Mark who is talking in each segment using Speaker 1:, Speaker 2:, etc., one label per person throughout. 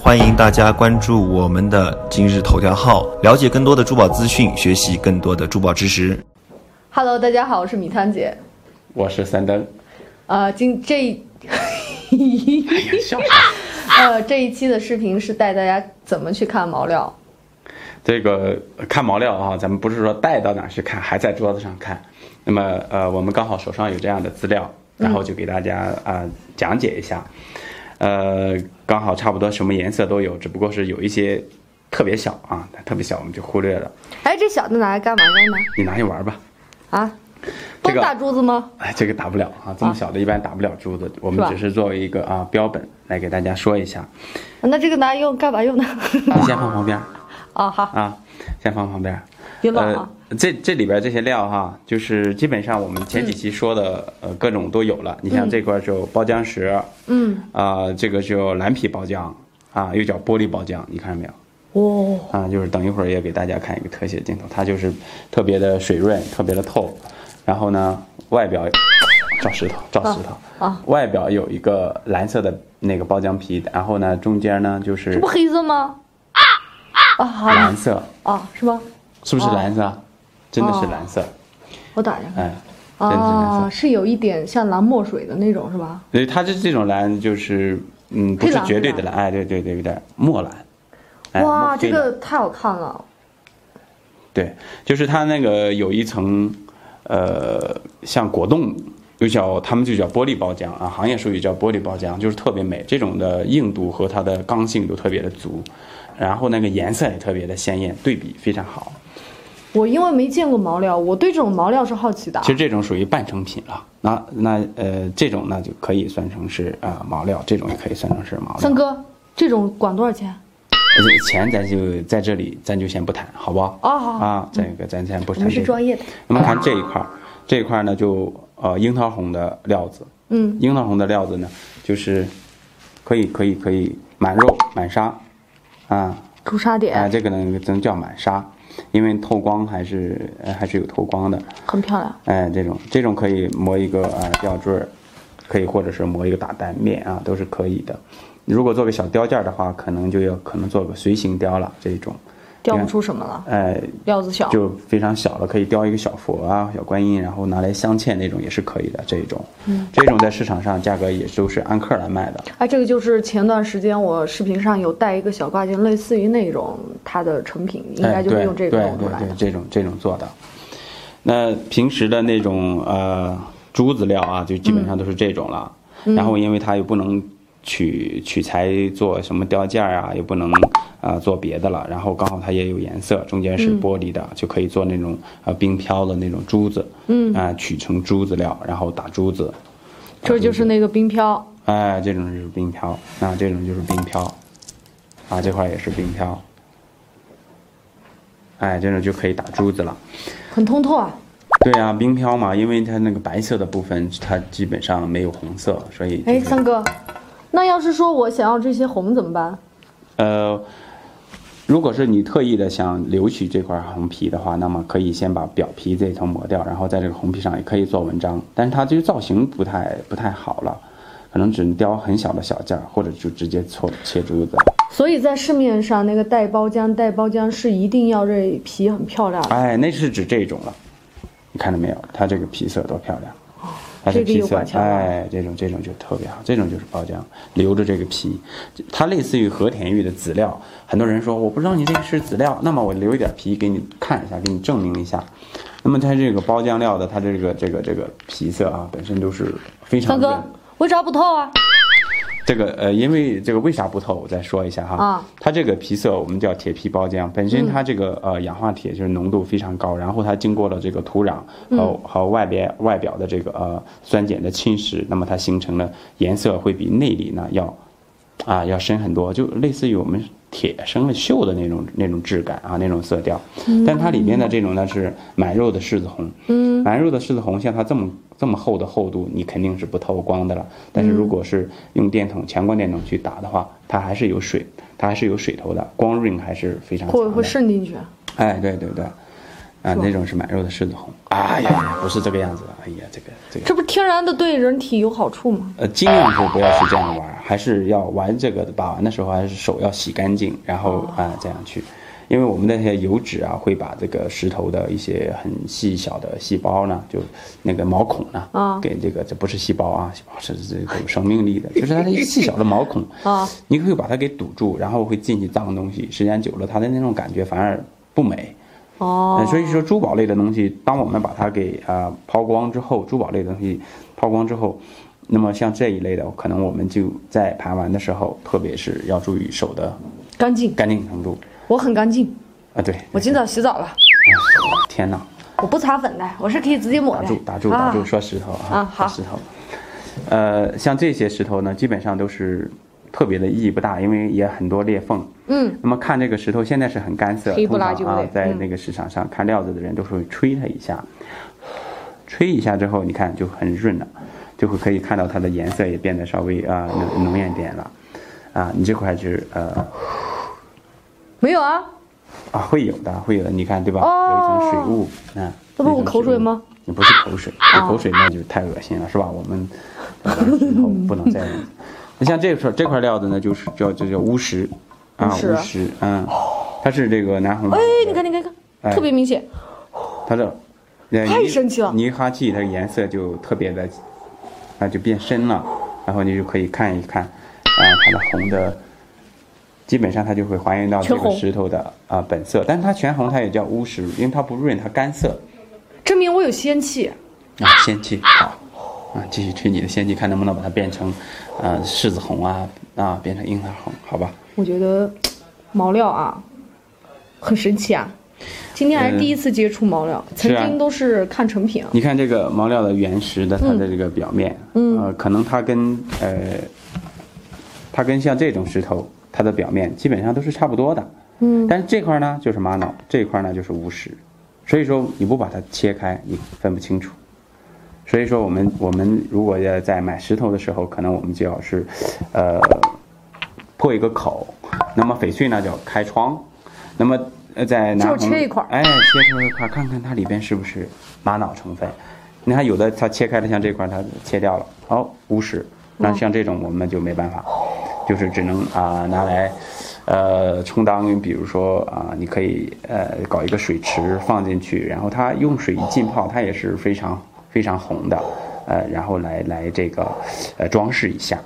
Speaker 1: 欢迎大家关注我们的今日头条号，了解更多的珠宝资讯，学习更多的珠宝知识。
Speaker 2: Hello，大家好，我是米汤姐。
Speaker 3: 我是三灯。
Speaker 2: 呃，今这
Speaker 3: 哎呀，笑啥？
Speaker 2: 呃这一期的视频是带大家怎么去看毛料。
Speaker 3: 这个看毛料啊，咱们不是说带到哪儿去看，还在桌子上看。那么呃，我们刚好手上有这样的资料，然后就给大家啊、呃讲解一下。呃，刚好差不多什么颜色都有，只不过是有一些特别小啊，特别小我们就忽略了。
Speaker 2: 哎，这小的拿来干嘛用呢？
Speaker 3: 你拿去玩吧，
Speaker 2: 啊，
Speaker 3: 这
Speaker 2: 都
Speaker 3: 个
Speaker 2: 大珠子吗？
Speaker 3: 哎，这个打不了啊，这么小的一般打不了珠子。我
Speaker 2: 啊是吧
Speaker 3: 们只是作为一个啊标本来给大家说一下。
Speaker 2: 啊那这个拿来用干嘛用呢？
Speaker 3: 你先放旁边儿
Speaker 2: 啊，好，
Speaker 3: 啊，先放旁边儿。
Speaker 2: 别乱啊。
Speaker 3: 呃、这这里边这些料哈，就是基本上我们
Speaker 2: 嗯
Speaker 3: 前几期说的、呃各种都有了。你像这块就有包浆石，
Speaker 2: 嗯，
Speaker 3: 啊、这个就有蓝皮包浆，啊，又叫玻璃包浆，你看见没有？
Speaker 2: 哦，
Speaker 3: 啊，就是等一会儿也给大家看一个特写镜头，它就是特别的水润，特别的透。然后呢，外表照石头，照石头
Speaker 2: 啊，
Speaker 3: 外表有一个蓝色的那个包浆皮，然后呢，中间呢就
Speaker 2: 这
Speaker 3: 是
Speaker 2: 不黑色吗？啊，好
Speaker 3: 蓝色，
Speaker 2: 啊，是吗？
Speaker 3: 是不是蓝色？啊真的是
Speaker 2: 哦
Speaker 3: 蓝色，
Speaker 2: 我打一下看。
Speaker 3: 哎，真的是蓝色
Speaker 2: 啊，。是有一点像蓝墨水的那种，是吧？
Speaker 3: 所以它这这种蓝就是，嗯，不
Speaker 2: 黑
Speaker 3: 是
Speaker 2: 蓝
Speaker 3: 绝对
Speaker 2: 黑
Speaker 3: 的
Speaker 2: 蓝
Speaker 3: 蓝，哎，对对对，有点墨蓝。哎
Speaker 2: 哇，
Speaker 3: 墨
Speaker 2: 这
Speaker 3: 黑
Speaker 2: 个太好看了。
Speaker 3: 对，就是它那个有一层，呃，像果冻，又叫他们就叫玻璃包浆啊，行业术语叫玻璃包浆，就是特别美。这种的硬度和它的刚性都特别的足，然后那个颜色也特别的鲜艳，对比非常好。
Speaker 2: 我因为没见过毛料，我对这种毛料是好奇的啊
Speaker 3: 其。实这种属于半成品了。那那呃，这种那就可以算成是啊、呃毛料，这种也可以算成是毛料。
Speaker 2: 三哥，这种管多少钱？
Speaker 3: 而且钱咱就在这里，咱就先不谈，好不好？
Speaker 2: 哦好
Speaker 3: 啊，这个咱先不
Speaker 2: 我
Speaker 3: 谈
Speaker 2: 们
Speaker 3: 这
Speaker 2: 是
Speaker 3: 个。
Speaker 2: 专业的。
Speaker 3: 那么看这一块儿，这一块儿呢就呃樱桃红的料子，
Speaker 2: 嗯，
Speaker 3: 樱桃红的料子呢就是可以可以可以满肉满纱，啊
Speaker 2: 朱砂
Speaker 3: 啊
Speaker 2: 点
Speaker 3: 这个呢咱叫满纱，因为透光还是呃还是有透光的，
Speaker 2: 很漂亮。
Speaker 3: 哎这种这种可以磨一个啊吊坠儿，可以或者是磨一个打蛋面啊都是可以的。如果做个小雕件儿的话，可能就要可能做个随形雕了这种，
Speaker 2: 雕不出什么了，
Speaker 3: 哎、
Speaker 2: 料子小。
Speaker 3: 就非常小了，可以雕一个小佛啊、小观音，然后拿来镶嵌那种也是可以的。这种，这种在市场上价格也都是按克来卖的。
Speaker 2: 哎，这个就是前段时间我视频上有带一个小挂件，类似于那种它的成品，应该
Speaker 3: 哎
Speaker 2: 就是
Speaker 3: 对
Speaker 2: 用这个
Speaker 3: 对
Speaker 2: 弄出
Speaker 3: 对
Speaker 2: 来
Speaker 3: 对
Speaker 2: 的。，
Speaker 3: 这种这种做的。那平时的那种呃珠子料啊，就基本
Speaker 2: 嗯
Speaker 3: 上都是这种了。然后因为它又不能取取材做什么雕件儿啊，又不能啊、呃做别的了。然后刚好它也有颜色，中间
Speaker 2: 嗯
Speaker 3: 是玻璃的，就可以做那种呃冰飘的那种珠子。嗯啊、取成珠子料，然后打珠子。
Speaker 2: 这就是那个冰漂，
Speaker 3: 哎，这种就是冰漂，啊，这种就是冰漂，啊，这块儿也是冰漂，哎，这种就可以打珠子了。
Speaker 2: 很通透啊。
Speaker 3: 对啊，冰漂嘛，因为它那个白色的部分，它基本上没有红色，所以、就是、
Speaker 2: 哎，三哥，那要是说我想要这些红怎么办？
Speaker 3: 呃，如果是你特意的想留取这块红皮的话，那么可以先把表皮这一层磨掉，然后在这个红皮上也可以做文章，但是它这个造型不太不太好了，可能只能雕很小的小件儿，或者就直接搓切珠子。
Speaker 2: 所以在市面上那个带包浆，带包浆是一定要这皮很漂亮的，
Speaker 3: 哎，那是指这种了，你看到没有？它这个皮色多漂亮！它
Speaker 2: 哦这
Speaker 3: 这
Speaker 2: 个
Speaker 3: 皮
Speaker 2: 有
Speaker 3: 色
Speaker 2: 管，腔吗
Speaker 3: 哎，这种这种就特别好，这种就是包浆，留着这个皮，它类似于和田玉的籽料。很多人说我不知道你这个是籽料，那么我留一点皮给你看一下，给你证明一下。那么它这个包浆料的，它这个这个这个皮色啊，本身都是非常
Speaker 2: 三
Speaker 3: 润
Speaker 2: 哥。，为啥不透啊？
Speaker 3: 这个呃，因为这个为啥不透，我再说一下哈。
Speaker 2: 啊
Speaker 3: 它这个皮色我们叫铁皮包浆，本身它这个、呃氧化铁就是浓度非常高，然后它经过了这个土壤和和外边外表的这个呃酸碱的侵蚀，那么它形成了颜色会比内里呢要啊要深很多，就类似于我们铁生了锈的那种那种质感啊那种色调。但它里面的这种呢是满肉的柿子红，嗯，满肉的柿子红像它这么这么厚的厚度，你肯定是不透光的了。但是如果是用电筒强光电筒去打的话，它还是有水，它还是有水头的，光润还是非常强
Speaker 2: 会
Speaker 3: 的。
Speaker 2: 会渗进去。
Speaker 3: 哎，对对对，啊，那种是满肉的狮子红。哎呀，不是这个样子的，哎呀，这个这个，
Speaker 2: 这不天然的对人体有好处吗？
Speaker 3: 呃，尽量是不要去这样玩，还是要玩这个的。把玩的时候，还是手要洗干净，然后啊、这样去，因为我们的那些油脂啊，会把这个石头的一些很细小的细胞呢，就那个毛孔呢，
Speaker 2: 啊
Speaker 3: 给这个这不是细胞啊，细胞是是有生命力的，就是它的一个细小的毛孔
Speaker 2: 啊，
Speaker 3: 你会把它给堵住，然后会进去脏东西，时间久了，它的那种感觉反而不美。
Speaker 2: 哦
Speaker 3: 嗯，，所以说珠宝类的东西，当我们把它给啊、呃抛光之后，珠宝类的东西抛光之后，那么像这一类的，可能我们就在盘完的时候，特别是要注意手的
Speaker 2: 干净，
Speaker 3: 干净程度
Speaker 2: 我很干净。
Speaker 3: 啊。对，
Speaker 2: 我今早洗澡了，
Speaker 3: 天哪，
Speaker 2: 我不擦粉的，我是可以直接抹
Speaker 3: 打
Speaker 2: 的。
Speaker 3: 住打住打住，
Speaker 2: 啊
Speaker 3: 说石头
Speaker 2: 啊
Speaker 3: 说
Speaker 2: 好
Speaker 3: 石头。呃，像这些石头呢，基本上都是特别的意义不大，因为也很多裂缝。
Speaker 2: 嗯，
Speaker 3: 那么看这个石头现在是很干涩，
Speaker 2: 黑不
Speaker 3: 通
Speaker 2: 拉
Speaker 3: 常
Speaker 2: 几
Speaker 3: 啊
Speaker 2: 味，
Speaker 3: 在
Speaker 2: 嗯
Speaker 3: 那个市场上看料子的人都是会吹它一下，吹一下之后，你看就很润了，就会可以看到它的颜色也变得稍微啊、浓浓艳点了，啊，你这块是呃
Speaker 2: 没有啊，
Speaker 3: 啊会有的会有的，你看对吧？有一层水雾，嗯、啊，
Speaker 2: 哦这不
Speaker 3: 有一
Speaker 2: 我
Speaker 3: 层
Speaker 2: 口水
Speaker 3: 雾
Speaker 2: 吗？啊
Speaker 3: 你不是口水，你口水那就太恶心了，是吧？我们呃以 后不能再。那像这块这块料子呢，就是叫这叫乌石，啊
Speaker 2: 乌石
Speaker 3: 乌石，嗯，它是这个南红毛
Speaker 2: 哎
Speaker 3: 的。，
Speaker 2: 你看你看你看，
Speaker 3: 嗯哎
Speaker 2: 特别明显。
Speaker 3: 它的呃
Speaker 2: 太神奇了
Speaker 3: 泥哈气它的颜色就特别的，啊，就变深了，然后你就可以看一看，啊，它的红的，基本上它就会还原到这
Speaker 2: 全
Speaker 3: 个
Speaker 2: 红
Speaker 3: 石头的啊、本色，但是它全红它也叫乌石，因为它不润，它干涩
Speaker 2: 证明我有仙气。
Speaker 3: 啊，仙气好。啊，继续吹你的仙气，看能不能把它变成，啊、柿子红啊，啊，变成樱桃红，好吧？
Speaker 2: 我觉得毛料啊，很神奇啊。今天还是第一次接触毛料，曾
Speaker 3: 嗯是啊
Speaker 2: 经都是看成品。啊
Speaker 3: 你看这个毛料的原石的它的这个表面，嗯，呃，可能它跟呃，它跟像这种石头，它的表面基本上都是差不多的，嗯，但是这块呢就是玛瑙，这块呢就是乌石，所以说你不把它切开，你分不清楚。所以说我们我们如果要在买石头的时候，可能我们就要是，呃，破一个口，那么翡翠呢叫开窗，那么呃在南
Speaker 2: 就
Speaker 3: 红
Speaker 2: 切一块儿
Speaker 3: 哎，切出一块儿看看它里边是不是玛瑙成分。你看有的它切开了，像这块儿它切掉了，哦，无石。那像这种我们就没办法，就是只能啊、拿来，呃充当，比如说啊、你可以呃搞一个水池放进去，然后它用水一浸泡，它也是非常非常红的，呃，然后来来这个呃装饰一下。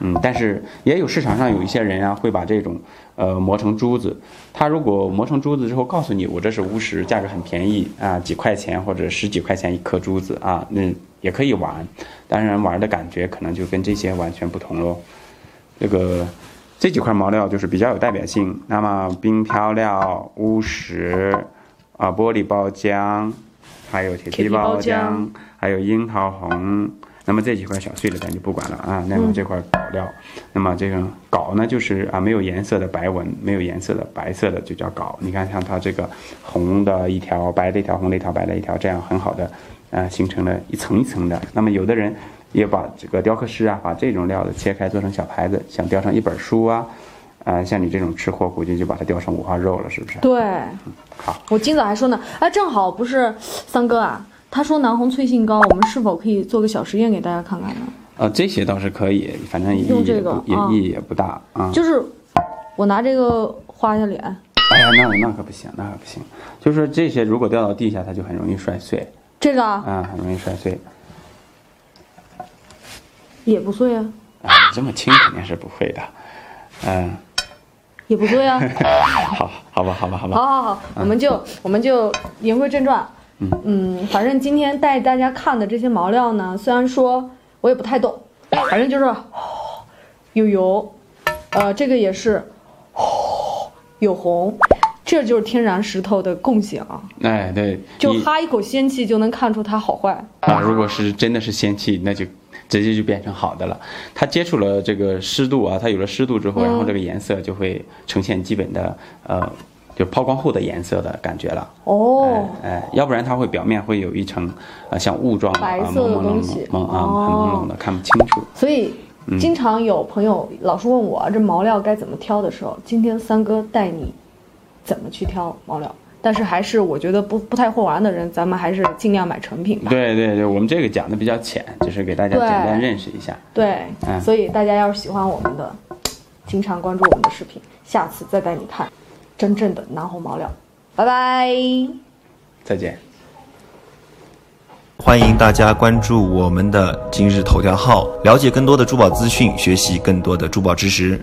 Speaker 3: 嗯，但是也有市场上有一些人啊，会把这种呃磨成珠子。他如果磨成珠子之后，告诉你我这是乌石，价格很便宜啊，几块钱或者十几块钱一颗珠子啊，那也可以玩。当然玩的感觉可能就跟这些完全不同喽。这个这几块毛料就是比较有代表性，那么冰漂料、乌石啊、玻璃包浆，还有铁
Speaker 2: 铁
Speaker 3: 皮
Speaker 2: 皮包
Speaker 3: 包
Speaker 2: 浆
Speaker 3: 浆，还有樱桃红。那么这几块小碎的咱就不管了啊，那么这块稿料，那么这个稿呢就是啊没有颜色的白纹，没有颜色的白色的就叫稿。你看像它这个红的一条，白的一条，红的一条，白的一条，这样很好的，呃，形成了一层一层的。那么有的人也把这个雕刻师啊，把这种料子切开做成小牌子，想雕成一本书啊，啊、像你这种吃货，估计就把它雕成五花肉了，是不是？
Speaker 2: 对，
Speaker 3: 好，
Speaker 2: 我今早还说呢，哎，正好不是三哥啊，他说南红翠杏膏，我们是否可以做个小实验给大家看看呢？
Speaker 3: 呃，这些倒是可以，反正意义
Speaker 2: 用这
Speaker 3: 也不
Speaker 2: 个
Speaker 3: 也
Speaker 2: 啊
Speaker 3: 意义也不大啊。
Speaker 2: 就是我拿这个画一下脸，
Speaker 3: 哎呀，那那可不行，那可不行。就是这些，如果掉到地下，它就很容易摔碎
Speaker 2: 这个啊
Speaker 3: 啊，很容易摔碎。
Speaker 2: 也不碎啊，
Speaker 3: 啊，这么轻肯定是不会的。嗯，
Speaker 2: 也不碎啊。
Speaker 3: 好，好吧， 好吧，好吧。嗯
Speaker 2: 好好好，我们就我们就言归正传。嗯，反正今天带大家看的这些毛料呢，虽然说我也不太懂，反正就是哦有油，呃，这个也是哦有红，这就是天然石头的贡献啊，
Speaker 3: 哎，对，
Speaker 2: 就
Speaker 3: 你
Speaker 2: 哈一口仙气就能看出它好坏。
Speaker 3: 啊，如果是真的是仙气，那就直接就变成好的了。它接触了这个湿度啊，它有了湿度之后，然
Speaker 2: 嗯
Speaker 3: 后这个颜色就会呈现基本的呃，就抛光后的颜色的感觉了。
Speaker 2: 哦，
Speaker 3: 哎，哎要不然它会表面会有一层呃像雾状
Speaker 2: 白
Speaker 3: 啊，
Speaker 2: 色的
Speaker 3: 朦朦胧
Speaker 2: 东
Speaker 3: 胧
Speaker 2: 西
Speaker 3: 朦啊，很
Speaker 2: 哦
Speaker 3: 朦胧的，看不清楚。
Speaker 2: 所以。经常有朋友老是问啊我这毛料该怎么挑的时候，今天三哥带你怎么去挑毛料。但是还是我觉得不不太会玩的人，咱们还是尽量买成品吧。
Speaker 3: 对对对，我们这个讲的比较浅，就是给大家
Speaker 2: 对
Speaker 3: 简单认识一下。
Speaker 2: 对，
Speaker 3: 嗯
Speaker 2: 所以大家要是喜欢我们的，经常关注我们的视频，下次再带你看真正的南红毛料。拜拜。
Speaker 3: 再见。
Speaker 1: 欢迎大家关注我们的今日头条号，了解更多的珠宝资讯，学习更多的珠宝知识。